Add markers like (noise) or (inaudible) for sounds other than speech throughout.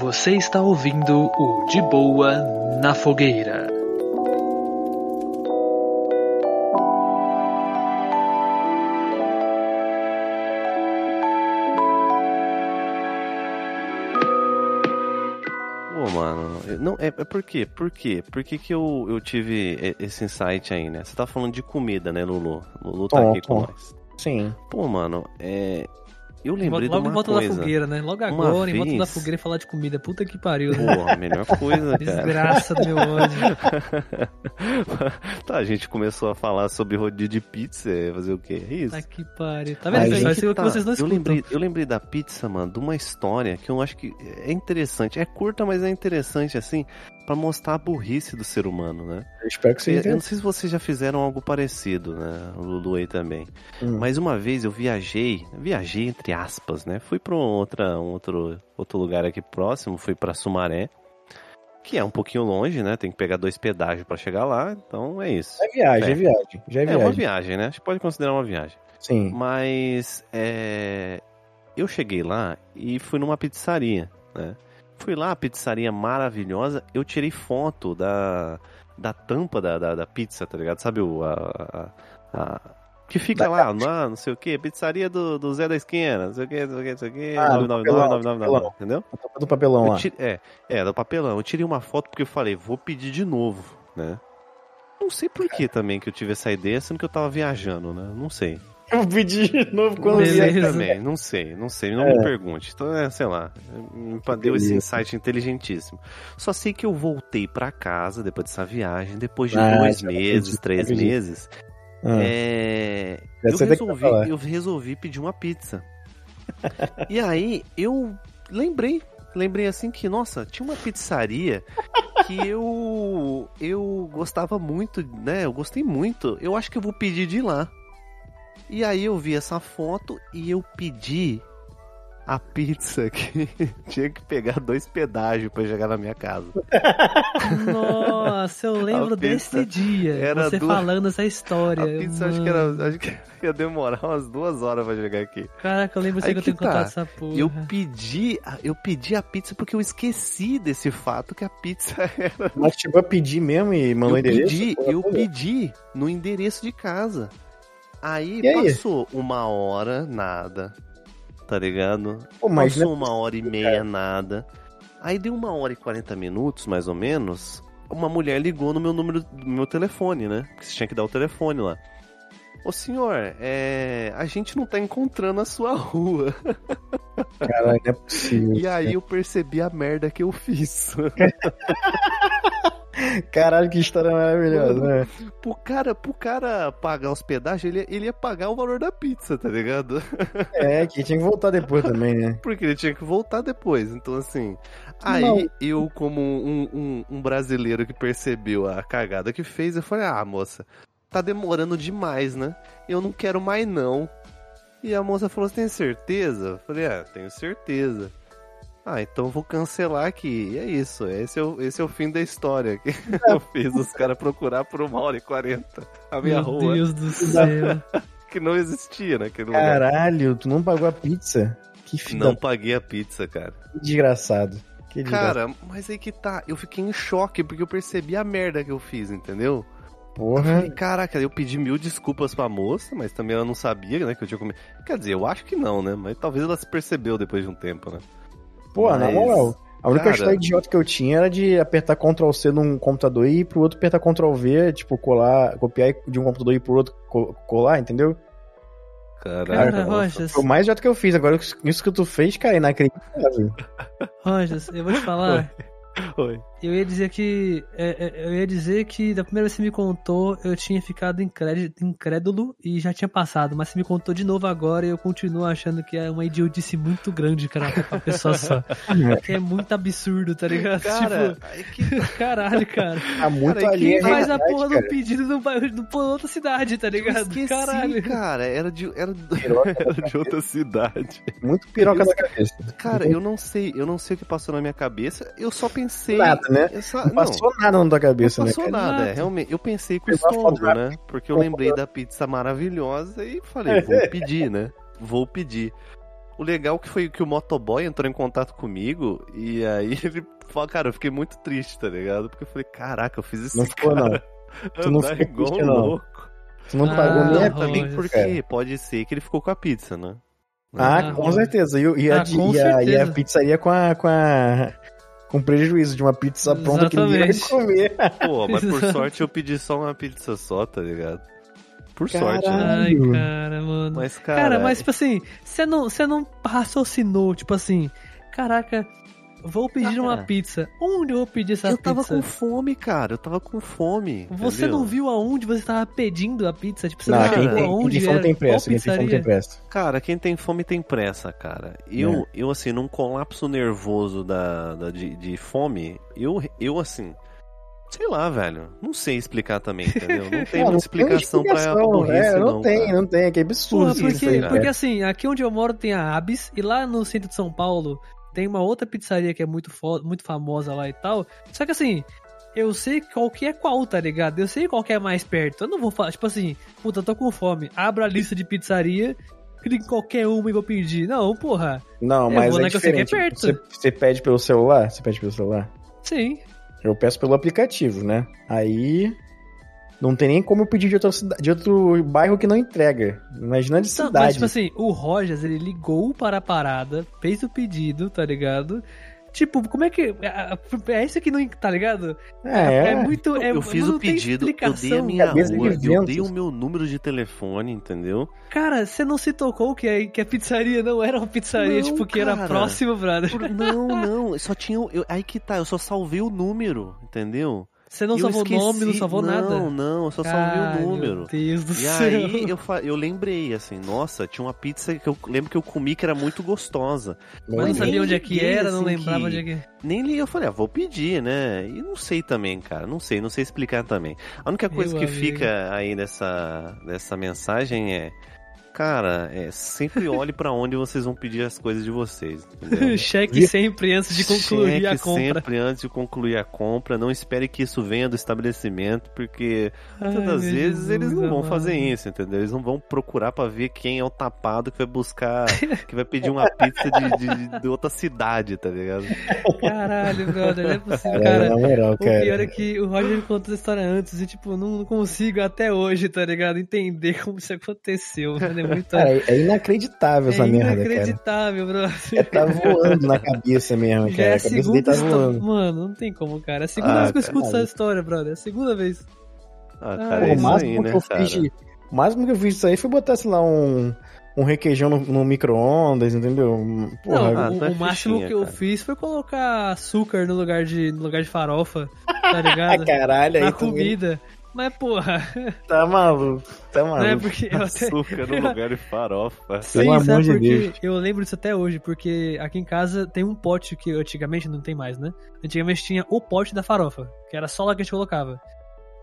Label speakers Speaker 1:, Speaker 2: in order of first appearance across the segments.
Speaker 1: Você está ouvindo o De Boa na Fogueira.
Speaker 2: Pô, mano, eu- não, é, é por quê? Por quê? Por que, que eu, eu tive e- esse insight aí, né? Você tá falando de comida, né, Lulu? Lulu tá
Speaker 3: Tô,
Speaker 2: aqui com
Speaker 3: tô.
Speaker 2: nós.
Speaker 3: Sim.
Speaker 2: Pô, mano, é. Eu lembrei
Speaker 4: Logo
Speaker 2: de
Speaker 4: em
Speaker 2: uma
Speaker 4: volta
Speaker 2: coisa.
Speaker 4: da fogueira, né? Logo
Speaker 2: Uma
Speaker 4: agora, em volta
Speaker 2: vez-
Speaker 4: da fogueira e falar de comida. Puta que pariu, né?
Speaker 2: Porra, a melhor
Speaker 4: (laughs)
Speaker 2: coisa, cara.
Speaker 4: Desgraça do meu
Speaker 2: (laughs)
Speaker 4: ódio.
Speaker 2: tá, a gente começou a falar sobre rodízio de pizza, é fazer o quê? É isso?
Speaker 4: Tá que pariu. Tá
Speaker 3: Aí
Speaker 4: vendo, pessoal?
Speaker 2: que
Speaker 4: Isso é o que
Speaker 2: tá.
Speaker 4: vocês não
Speaker 2: eu,
Speaker 4: escutam.
Speaker 2: lembrei, eu lembrei da pizza, mano, de uma história que eu acho que é interessante. É curta, mas é interessante, assim, pra mostrar a burrice do ser humano, né?
Speaker 3: Eu espero que
Speaker 2: Eu,
Speaker 3: vocês
Speaker 2: eu
Speaker 3: tenham.
Speaker 2: não sei se vocês já fizeram algo parecido, né? O Lulu aí também.
Speaker 3: Hum.
Speaker 2: Mas uma vez eu viajei, viajei entre aspas, né? Fui pra outra, um outro, outro lugar aqui próximo, fui pra Sumaré, que é um pouquinho longe, né? Tem que pegar dois pedágios pra chegar lá, então é isso.
Speaker 3: É viagem,
Speaker 2: É.
Speaker 3: é viagem. Já é
Speaker 2: É uma
Speaker 3: viagem.
Speaker 2: viagem, né? A gente pode considerar uma viagem.
Speaker 3: Sim.
Speaker 2: Mas é, eu cheguei lá e fui numa pizzaria, né? Fui lá, pizzaria maravilhosa. Eu tirei foto da, da tampa da, da, da pizza, tá ligado? Sabe o. A, a- a- que fica
Speaker 3: Da
Speaker 2: lá, lá, não sei o que, pizzaria do, do Zé da Esquina, não sei o que, não sei o que, não sei o que,
Speaker 3: Ah, do
Speaker 2: 999,
Speaker 3: papelão,
Speaker 2: 999, entendeu?
Speaker 3: A tampa do papelão
Speaker 2: Eu
Speaker 3: lá.
Speaker 2: ti- é, é, do papelão. Eu tirei uma foto porque eu falei, vou pedir de novo, né? Não sei por que também que eu tive essa ideia, sendo que eu tava viajando, né? Não sei.
Speaker 3: Eu pedi um de novo quando
Speaker 4: Beleza.
Speaker 3: vier.
Speaker 2: Eu também, não sei, não sei, não me pergunte. Então, é, sei lá, me deu esse
Speaker 3: delícia.
Speaker 2: insight inteligentíssimo. Só sei que eu voltei pra casa depois dessa viagem, depois de
Speaker 3: Ah,
Speaker 2: dois
Speaker 3: já
Speaker 2: meses,
Speaker 3: acredito,
Speaker 2: três
Speaker 3: acredito.
Speaker 2: meses,
Speaker 3: Ah,
Speaker 2: é,
Speaker 3: já
Speaker 2: eu,
Speaker 3: sei daqui pra
Speaker 2: resolvi,
Speaker 3: falar.
Speaker 2: eu resolvi pedir uma pizza. e aí eu lembrei, lembrei assim que, nossa, tinha uma pizzaria que eu eu gostava muito, né? Eu gostei muito. Eu acho que eu vou pedir de lá. E aí eu vi essa foto e eu pedi a pizza (laughs) que tinha que pegar dois pedágios pra chegar na minha casa.
Speaker 4: Nossa, eu lembro
Speaker 2: A
Speaker 4: desse
Speaker 2: pizza
Speaker 4: dia.
Speaker 2: era
Speaker 4: você
Speaker 2: do-
Speaker 4: falando essa história.
Speaker 2: A pizza acho que,
Speaker 4: Mano,
Speaker 2: era, acho que ia demorar umas duas horas pra chegar aqui.
Speaker 4: Caraca, eu lembro
Speaker 2: Aí
Speaker 4: sei que eu
Speaker 2: que
Speaker 4: tenho contado
Speaker 2: tá.
Speaker 4: essa porra.
Speaker 2: Eu pedi, a- eu pedi a pizza porque eu esqueci desse fato que a pizza era.
Speaker 3: Mas chegou a pedir mesmo e mandou
Speaker 2: (laughs) Eu
Speaker 3: endereço? é
Speaker 2: pedi,
Speaker 3: Pô,
Speaker 2: eu
Speaker 3: pô.
Speaker 2: pedi no endereço de casa. Aí
Speaker 3: E aí?
Speaker 2: passou uma hora, nada. Tá ligado?
Speaker 3: Pô, mas
Speaker 2: passou
Speaker 3: não é
Speaker 2: uma hora e meia, nada. Aí deu uma hora e quarenta minutos, mais ou menos. Uma mulher ligou no meu número do meu telefone, né? Porque você tinha que dar o telefone lá. Ô senhor, é... a gente não tá encontrando a sua (laughs) rua.
Speaker 3: Caralho, não é possível.
Speaker 2: E aí eu percebi a merda que eu fiz.
Speaker 3: (laughs)
Speaker 2: (laughs)
Speaker 3: Caralho, que história maravilhosa, né?
Speaker 2: pro, cara, pro cara pagar hospedagem, ele, ele ia pagar o valor da pizza, tá ligado? (laughs)
Speaker 3: É, que tinha que voltar depois também, né?
Speaker 2: Porque ele tinha que voltar depois. Então, assim. Aí
Speaker 3: Não.
Speaker 2: eu, como um, um- um brasileiro que percebeu a cagada que fez, eu falei: ah, moça, tá demorando demais, né? Eu não quero mais não. E a moça falou: você tem certeza? Eu falei: ah, tenho certeza. Ah, então eu vou cancelar aqui. E é isso. Esse é o, esse é o fim da história. Que (laughs) eu fiz os caras procurar por uma hora e quarenta a minha
Speaker 4: Meu
Speaker 2: rua,
Speaker 4: Deus do céu.
Speaker 2: que não existia naquele lugar.
Speaker 3: Caralho, tu não pagou a pizza? Que filho
Speaker 2: Não
Speaker 3: da...
Speaker 2: paguei a pizza, cara.
Speaker 3: então. que desgraçado. Que desgraçado.
Speaker 2: Cara, mas aí que tá, eu fiquei em choque porque eu percebi a merda que eu fiz, entendeu?
Speaker 3: Porra.
Speaker 2: E, caraca, eu pedi mil desculpas pra moça, mas também ela não sabia, né, que eu tinha comido. Quer dizer, eu acho que não, né? Mas talvez ela se percebeu depois de um tempo, né?
Speaker 3: Pô, na
Speaker 2: Mas-
Speaker 3: moral, a única
Speaker 2: cara-
Speaker 3: história idiota que eu tinha era de apertar Ctrl C num computador e ir pro outro apertar Ctrl V, tipo, colar, copiar de um computador e ir pro outro co- colar, entendeu?
Speaker 2: Caraca,
Speaker 4: Cara,
Speaker 2: nossa.
Speaker 4: Rojas,
Speaker 3: Foi o mais idiota que eu fiz. Agora, isso que tu fez, cara, é inacreditável.
Speaker 4: Rojas, eu vou te falar.
Speaker 2: Oi.
Speaker 3: Tá
Speaker 4: Eu ia dizer que. é, é, eu ia dizer que da primeira vez que você me contou, eu tinha ficado incrédulo, incrédulo e já tinha passado. Mas você me contou de novo agora e eu continuo achando que é uma idiotice muito grande, cara, pra uma pessoa
Speaker 3: (laughs)
Speaker 4: só. Que é muito absurdo, tá ligado?
Speaker 2: Cara,
Speaker 4: Tipo, (laughs)
Speaker 2: aí que
Speaker 4: caralho, cara.
Speaker 3: Tá muito
Speaker 2: Cara, e
Speaker 3: (laughs) ali.
Speaker 2: quem
Speaker 4: Quem
Speaker 3: a
Speaker 2: vai
Speaker 4: faz a
Speaker 3: realidade,
Speaker 4: porra
Speaker 3: cara.
Speaker 4: do pedido do bairro do pô, outra cidade, tá
Speaker 2: eu
Speaker 4: ligado?
Speaker 2: esqueci,
Speaker 4: Caralho.
Speaker 2: cara, era de, era do- (laughs)
Speaker 3: Piroca
Speaker 2: era de outra cidade.
Speaker 3: Muito piroca
Speaker 2: é
Speaker 3: na cabeça.
Speaker 2: Cara, eu não sei, eu não sei o que passou na minha cabeça, eu só pensei...
Speaker 3: Nada, né?
Speaker 2: Eu só,
Speaker 3: Não passou nada na tua cabeça,
Speaker 2: não
Speaker 3: né,
Speaker 2: passou
Speaker 3: cara?
Speaker 2: nada,
Speaker 4: Exato.
Speaker 2: é, realmente. Eu pensei com o
Speaker 3: Pegou a
Speaker 2: estômago,
Speaker 3: foto
Speaker 2: né?
Speaker 3: (laughs)
Speaker 2: Porque eu lembrei da pizza maravilhosa e falei, vou pedir, né? Vou pedir. O legal que foi que o motoboy entrou em contato comigo e aí (laughs) ele falou, cara, eu fiquei muito triste, tá ligado? Porque eu falei, caraca, eu fiz isso.
Speaker 3: Não ficou,
Speaker 2: cara.
Speaker 3: não. Tu não
Speaker 2: andar
Speaker 3: ficou
Speaker 2: igual
Speaker 3: triste,
Speaker 2: um
Speaker 3: não.
Speaker 2: louco.
Speaker 3: Tu não
Speaker 4: Ah,
Speaker 3: pagou
Speaker 4: não,
Speaker 3: minha
Speaker 4: não.
Speaker 2: Também
Speaker 4: Roger.
Speaker 2: porque
Speaker 3: É.
Speaker 2: pode ser que ele ficou com a pizza, né?
Speaker 3: Ah,
Speaker 4: Ah,
Speaker 3: com
Speaker 4: olha.
Speaker 3: certeza. E, o- e a,
Speaker 4: Ah, com
Speaker 3: e a- e a
Speaker 4: certeza.
Speaker 3: pizzaria com a, com a- com prejuízo de uma pizza pronta que ninguém vai
Speaker 4: Exatamente.
Speaker 3: comer.
Speaker 2: Pô, mas por
Speaker 4: (laughs) Exato.
Speaker 2: sorte eu pedi só uma pizza só, tá ligado? Por
Speaker 3: Caralho.
Speaker 2: sorte, né?
Speaker 4: Ai,
Speaker 3: Caralho.
Speaker 4: cara, mano.
Speaker 2: Mas, cara.
Speaker 4: Cara, mas tipo assim, você não, você não raciocinou, tipo assim, caraca, vou pedir
Speaker 2: Cara.
Speaker 4: uma pizza. Onde eu vou pedir essa
Speaker 2: eu
Speaker 4: pizza?
Speaker 2: tava com fome, cara. Eu tava com fome.
Speaker 4: Tá Você
Speaker 2: entendeu?
Speaker 4: não viu aonde você tava pedindo a pizza? Tipo, você
Speaker 3: Não,
Speaker 4: não
Speaker 3: quem
Speaker 4: chegou
Speaker 3: tem, quem
Speaker 4: aonde
Speaker 3: tem fome
Speaker 4: era?
Speaker 3: tem
Speaker 4: Qual
Speaker 3: pressa. Quem tem fome tem
Speaker 4: pizzaria?
Speaker 3: pressa.
Speaker 2: Cara, quem tem fome tem pressa, cara. Eu,
Speaker 4: É.
Speaker 2: eu assim, num colapso nervoso da, da- de, de fome, eu, eu, assim. Sei lá, velho. Não sei explicar também, entendeu?
Speaker 4: (laughs)
Speaker 2: Não tem
Speaker 3: Cara,
Speaker 2: muita
Speaker 3: não tem
Speaker 2: explicação pra
Speaker 3: explicação,
Speaker 2: burrice,
Speaker 3: é,
Speaker 2: não.
Speaker 3: não, tem,
Speaker 2: cara.
Speaker 3: não tem. É que é
Speaker 4: Porra,
Speaker 3: absurdo isso
Speaker 4: porque,
Speaker 3: aí, É.
Speaker 4: porque
Speaker 3: cara.
Speaker 4: assim, aqui onde eu moro tem a Abis e lá no centro de São Paulo tem uma outra pizzaria que é muito, fo- muito famosa lá e tal. Só que assim, eu sei qual que é qual, tá ligado? Eu sei qual que é mais perto. Eu não vou falar, tipo assim, puta, eu tô com fome. Abro a lista de pizzaria, clico em qualquer uma e vou pedir. Não, porra.
Speaker 3: Não,
Speaker 4: Eu
Speaker 3: mas
Speaker 4: vou
Speaker 3: é
Speaker 4: na que eu sei que é
Speaker 3: diferente.
Speaker 4: perto.
Speaker 3: Você, você pede pelo celular? Você pede pelo celular?
Speaker 4: Sim.
Speaker 3: Eu peço pelo aplicativo, né? Aí não tem nem como eu pedir de, outra cida- de outro bairro que não entrega. Imagina de
Speaker 4: Não,
Speaker 3: cidade.
Speaker 4: mas, tipo assim, o Rogers, ele ligou para a parada, fez o pedido, tá ligado? Tipo, como é que. é- É isso que não. Tá ligado?
Speaker 3: é,
Speaker 4: É,
Speaker 3: é.
Speaker 4: muito. é-
Speaker 2: eu fiz
Speaker 4: não
Speaker 2: o
Speaker 4: tem
Speaker 2: pedido, eu dei a
Speaker 4: explicação.
Speaker 2: minha
Speaker 3: Cabeça de
Speaker 2: rua, eu dei
Speaker 3: ventos.
Speaker 2: o meu número de telefone, entendeu?
Speaker 4: Cara, você não se tocou que a, que a pizzaria não era uma pizzaria,
Speaker 2: Não,
Speaker 4: tipo, que
Speaker 2: cara.
Speaker 4: era próximo, brother.
Speaker 2: Por- (laughs) Não, não, só tinha. o- eu- aí que tá, eu só salvei o número, entendeu?
Speaker 4: Você não
Speaker 2: eu
Speaker 4: salvou
Speaker 2: esqueci,
Speaker 4: nome, não salvou
Speaker 2: Não,
Speaker 4: nada.
Speaker 2: não, eu só
Speaker 4: Ai,
Speaker 2: salvei o número.
Speaker 4: Meu Deus do (laughs)
Speaker 2: E
Speaker 4: céu.
Speaker 2: aí eu, fa- eu lembrei, assim, nossa, tinha uma pizza que eu lembro que eu comi que era muito gostosa.
Speaker 4: Mas não
Speaker 2: nem
Speaker 4: sabia onde é que
Speaker 2: liguei,
Speaker 4: era, não
Speaker 2: assim,
Speaker 4: lembrava
Speaker 2: que-
Speaker 4: onde é que era.
Speaker 2: Nem li, eu falei, ah, vou pedir, né? E não sei também, cara, não sei, não sei explicar também. A única coisa
Speaker 4: Meu
Speaker 2: que
Speaker 4: amigo.
Speaker 2: fica aí nessa, nessa mensagem é, cara, é, sempre olhe pra onde vocês vão pedir as coisas de vocês, entendeu?
Speaker 4: Cheque
Speaker 3: Vi-
Speaker 4: sempre antes (laughs) de concluir a
Speaker 2: Cheque
Speaker 4: compra.
Speaker 2: sempre antes de concluir a compra, não espere que isso venha do estabelecimento, porque
Speaker 4: Ai,
Speaker 2: todas as
Speaker 4: meu
Speaker 2: vezes
Speaker 4: Jesus
Speaker 2: eles não vão
Speaker 4: amado.
Speaker 2: fazer isso, entendeu? Eles não vão procurar pra ver quem é o tapado que
Speaker 4: (laughs)
Speaker 2: vai buscar, que vai pedir uma pizza de, de- de outra cidade, tá ligado?
Speaker 4: Caralho, brother, não é possível,
Speaker 3: Cara,
Speaker 4: cara.
Speaker 3: na moral,
Speaker 4: O
Speaker 3: cara.
Speaker 4: pior é que o Roger me contou essa história antes e, tipo, não não consigo até hoje, tá ligado? Entender como isso aconteceu, mano. É muito.
Speaker 3: Cara, é inacreditável essa
Speaker 4: é
Speaker 3: merda, cara.
Speaker 4: inacreditável, brother.
Speaker 3: É, tá voando na cabeça mesmo,
Speaker 4: Já
Speaker 3: cara.
Speaker 4: é
Speaker 3: A
Speaker 4: a
Speaker 3: cabeça dele
Speaker 4: segunda
Speaker 3: tá
Speaker 4: história.
Speaker 3: voando.
Speaker 4: Mano, não tem como, cara. É a segunda
Speaker 2: Ah,
Speaker 4: vez que eu escuto
Speaker 3: cara.
Speaker 4: essa história, brother. É a segunda vez. Pô,
Speaker 2: Ah, cara,
Speaker 3: Pô,
Speaker 2: é
Speaker 3: o
Speaker 2: isso aí,
Speaker 3: máximo
Speaker 2: né,
Speaker 3: que eu
Speaker 2: cara?
Speaker 3: fiz. de- O máximo que eu fiz disso aí foi botar, sei lá, um, um requeijão no, no micro-ondas, entendeu? Porra,
Speaker 4: não,
Speaker 2: ah,
Speaker 4: o,
Speaker 2: tu é
Speaker 4: o máximo
Speaker 2: fichinha,
Speaker 4: que eu
Speaker 2: cara.
Speaker 4: fiz foi colocar açúcar no lugar de, no lugar de farofa,
Speaker 3: (laughs)
Speaker 4: tá ligado?
Speaker 3: ah, caralho,
Speaker 4: Na
Speaker 3: aí também.
Speaker 4: comida. Mas, porra,
Speaker 3: Tá maluco, tá
Speaker 4: não é
Speaker 3: maluco.
Speaker 4: porque (laughs) eu até.
Speaker 2: Açúcar no lugar de farofa.
Speaker 4: Sim,
Speaker 3: Pelo amor
Speaker 4: sabe
Speaker 3: de
Speaker 4: por quê?
Speaker 3: Deus.
Speaker 4: Eu lembro disso até hoje, porque aqui em casa tem um pote que antigamente não tem mais, né? Antigamente tinha o pote da farofa, que era só lá que a gente colocava.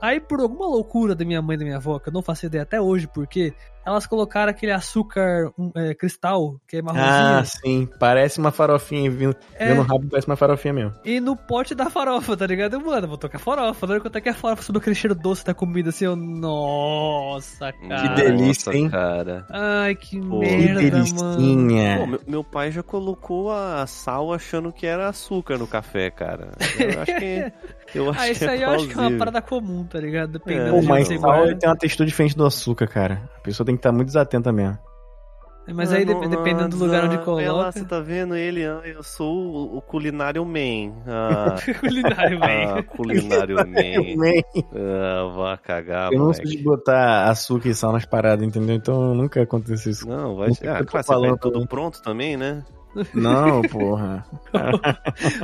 Speaker 4: Aí, por alguma loucura da minha mãe e da minha avó, que eu não faço ideia até hoje porque elas colocaram aquele açúcar um, é, cristal, que é
Speaker 3: Ah,
Speaker 4: marronzinho,
Speaker 3: sim, parece uma farofinha vindo,
Speaker 4: É.
Speaker 3: vendo rápido, parece uma farofinha mesmo.
Speaker 4: e no pote da farofa, tá ligado? Eu, Mano, eu vou tocar farofa. Na hora que eu toquei a farofa, soube aquele cheiro doce da comida, assim, eu... Nossa, cara.
Speaker 3: Que delícia,
Speaker 2: Nossa,
Speaker 3: hein?
Speaker 2: cara.
Speaker 4: Ai, que
Speaker 2: Pô, que
Speaker 3: Que
Speaker 4: merda, mano.
Speaker 3: delicinha.
Speaker 2: Pô, meu, meu pai já colocou a sal achando que era açúcar no café, cara. Eu acho que. Eu acho
Speaker 4: Ah, isso
Speaker 2: que é
Speaker 4: aí eu acho que é uma
Speaker 2: plausível.
Speaker 4: parada comum, tá ligado? Dependendo
Speaker 2: É,
Speaker 3: Pô,
Speaker 4: de
Speaker 3: mas
Speaker 4: você
Speaker 2: não.
Speaker 3: sal
Speaker 4: guarda.
Speaker 3: ele tem uma textura diferente do açúcar, cara. A pessoa tem que estar muito desatenta mesmo.
Speaker 4: Mas
Speaker 2: Ah,
Speaker 4: aí,
Speaker 2: não-
Speaker 4: dep- dependendo do
Speaker 2: não,
Speaker 4: lugar
Speaker 2: não,
Speaker 4: onde
Speaker 2: olha
Speaker 4: (laughs)
Speaker 2: lá, você
Speaker 4: coloca,
Speaker 2: tá vendo ele? ah, Eu sou o, o culinário man.
Speaker 4: (laughs)
Speaker 2: Ah, (laughs)
Speaker 4: culinário,
Speaker 2: ah,
Speaker 4: velho.
Speaker 2: culinário
Speaker 3: (laughs)
Speaker 2: man.
Speaker 3: Man,
Speaker 2: Ah, vá cagar,
Speaker 3: eu não sou de
Speaker 2: É, tá moleque.
Speaker 3: botar açúcar e sal nas paradas, entendeu? Então nunca
Speaker 2: (laughs)
Speaker 3: aconteceu isso.
Speaker 2: Não, vai.
Speaker 3: Não sei o que
Speaker 2: Ah,
Speaker 3: eu tô
Speaker 2: claro, você pede
Speaker 3: falando.
Speaker 2: tudo pronto também, né?
Speaker 3: Não, porra.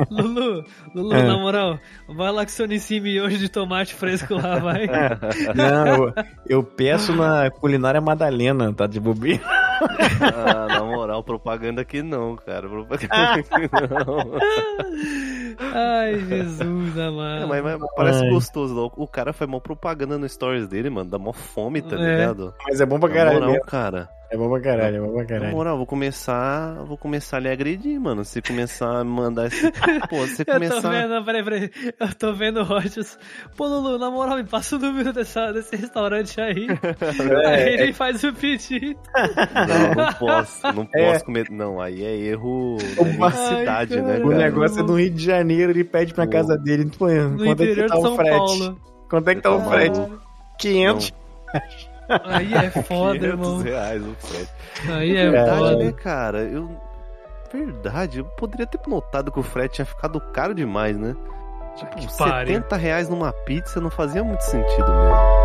Speaker 4: Lulu, Lulu,
Speaker 3: É.
Speaker 4: na moral, vai lá que seu Nissimi hoje de tomate fresco
Speaker 2: (laughs)
Speaker 4: lá, vai.
Speaker 2: É.
Speaker 3: Não, eu, eu peço na culinária Madalena, tá de bobeira.
Speaker 2: Ah, na moral, propaganda aqui não, cara.
Speaker 3: Ah.
Speaker 2: Propaganda aqui não.
Speaker 4: Ai, Jesus amado.
Speaker 2: É, mas, mas parece gostoso. lá. O cara faz mó propaganda no stories dele, mano. Dá mó fome, tá
Speaker 4: É.
Speaker 2: ligado?
Speaker 3: Mas é bom pra
Speaker 2: Na
Speaker 3: caralho
Speaker 2: moral,
Speaker 3: mesmo.
Speaker 2: cara.
Speaker 3: É bom pra caralho, é bom pra
Speaker 2: Na
Speaker 3: caralho.
Speaker 2: moral, vou começar. Vou começar a lhe agredir, mano. Se começar a me mandar esse. Pô,
Speaker 3: (laughs)
Speaker 2: se
Speaker 4: Eu tô
Speaker 2: começar.
Speaker 4: vendo, peraí, peraí. Eu tô vendo o Rochus. Pô, Lulu, na moral, me passa o número dessa, desse restaurante aí.
Speaker 3: É,
Speaker 4: aí ele faz o pedido.
Speaker 2: Não, não posso. Não posso
Speaker 3: É.
Speaker 2: comer. Não, aí é erro
Speaker 3: Uma
Speaker 2: da minha cidade,
Speaker 4: Ai,
Speaker 2: né,
Speaker 4: cara.
Speaker 3: O
Speaker 2: cara?
Speaker 3: negócio é do Rio de Janeiro, ele pede pra
Speaker 2: Pô.
Speaker 3: casa dele. Pô,
Speaker 4: No
Speaker 3: quanto é que
Speaker 4: interior
Speaker 3: tá
Speaker 4: de
Speaker 3: o
Speaker 4: São
Speaker 3: frete?
Speaker 4: Paulo.
Speaker 3: Quanto é que tá o
Speaker 2: Tá
Speaker 3: frete?
Speaker 2: maluco.
Speaker 3: 500?
Speaker 4: Aí é foda,
Speaker 2: 500
Speaker 4: irmão.
Speaker 2: reais o frete.
Speaker 4: Aí
Speaker 2: É
Speaker 4: é
Speaker 2: verdade, né,
Speaker 4: foda.
Speaker 2: cara? Eu. Verdade, eu poderia ter notado que o frete tinha ficado caro demais, né? Tipo,
Speaker 4: que pariu.
Speaker 2: 70 reais numa pizza não fazia muito sentido mesmo.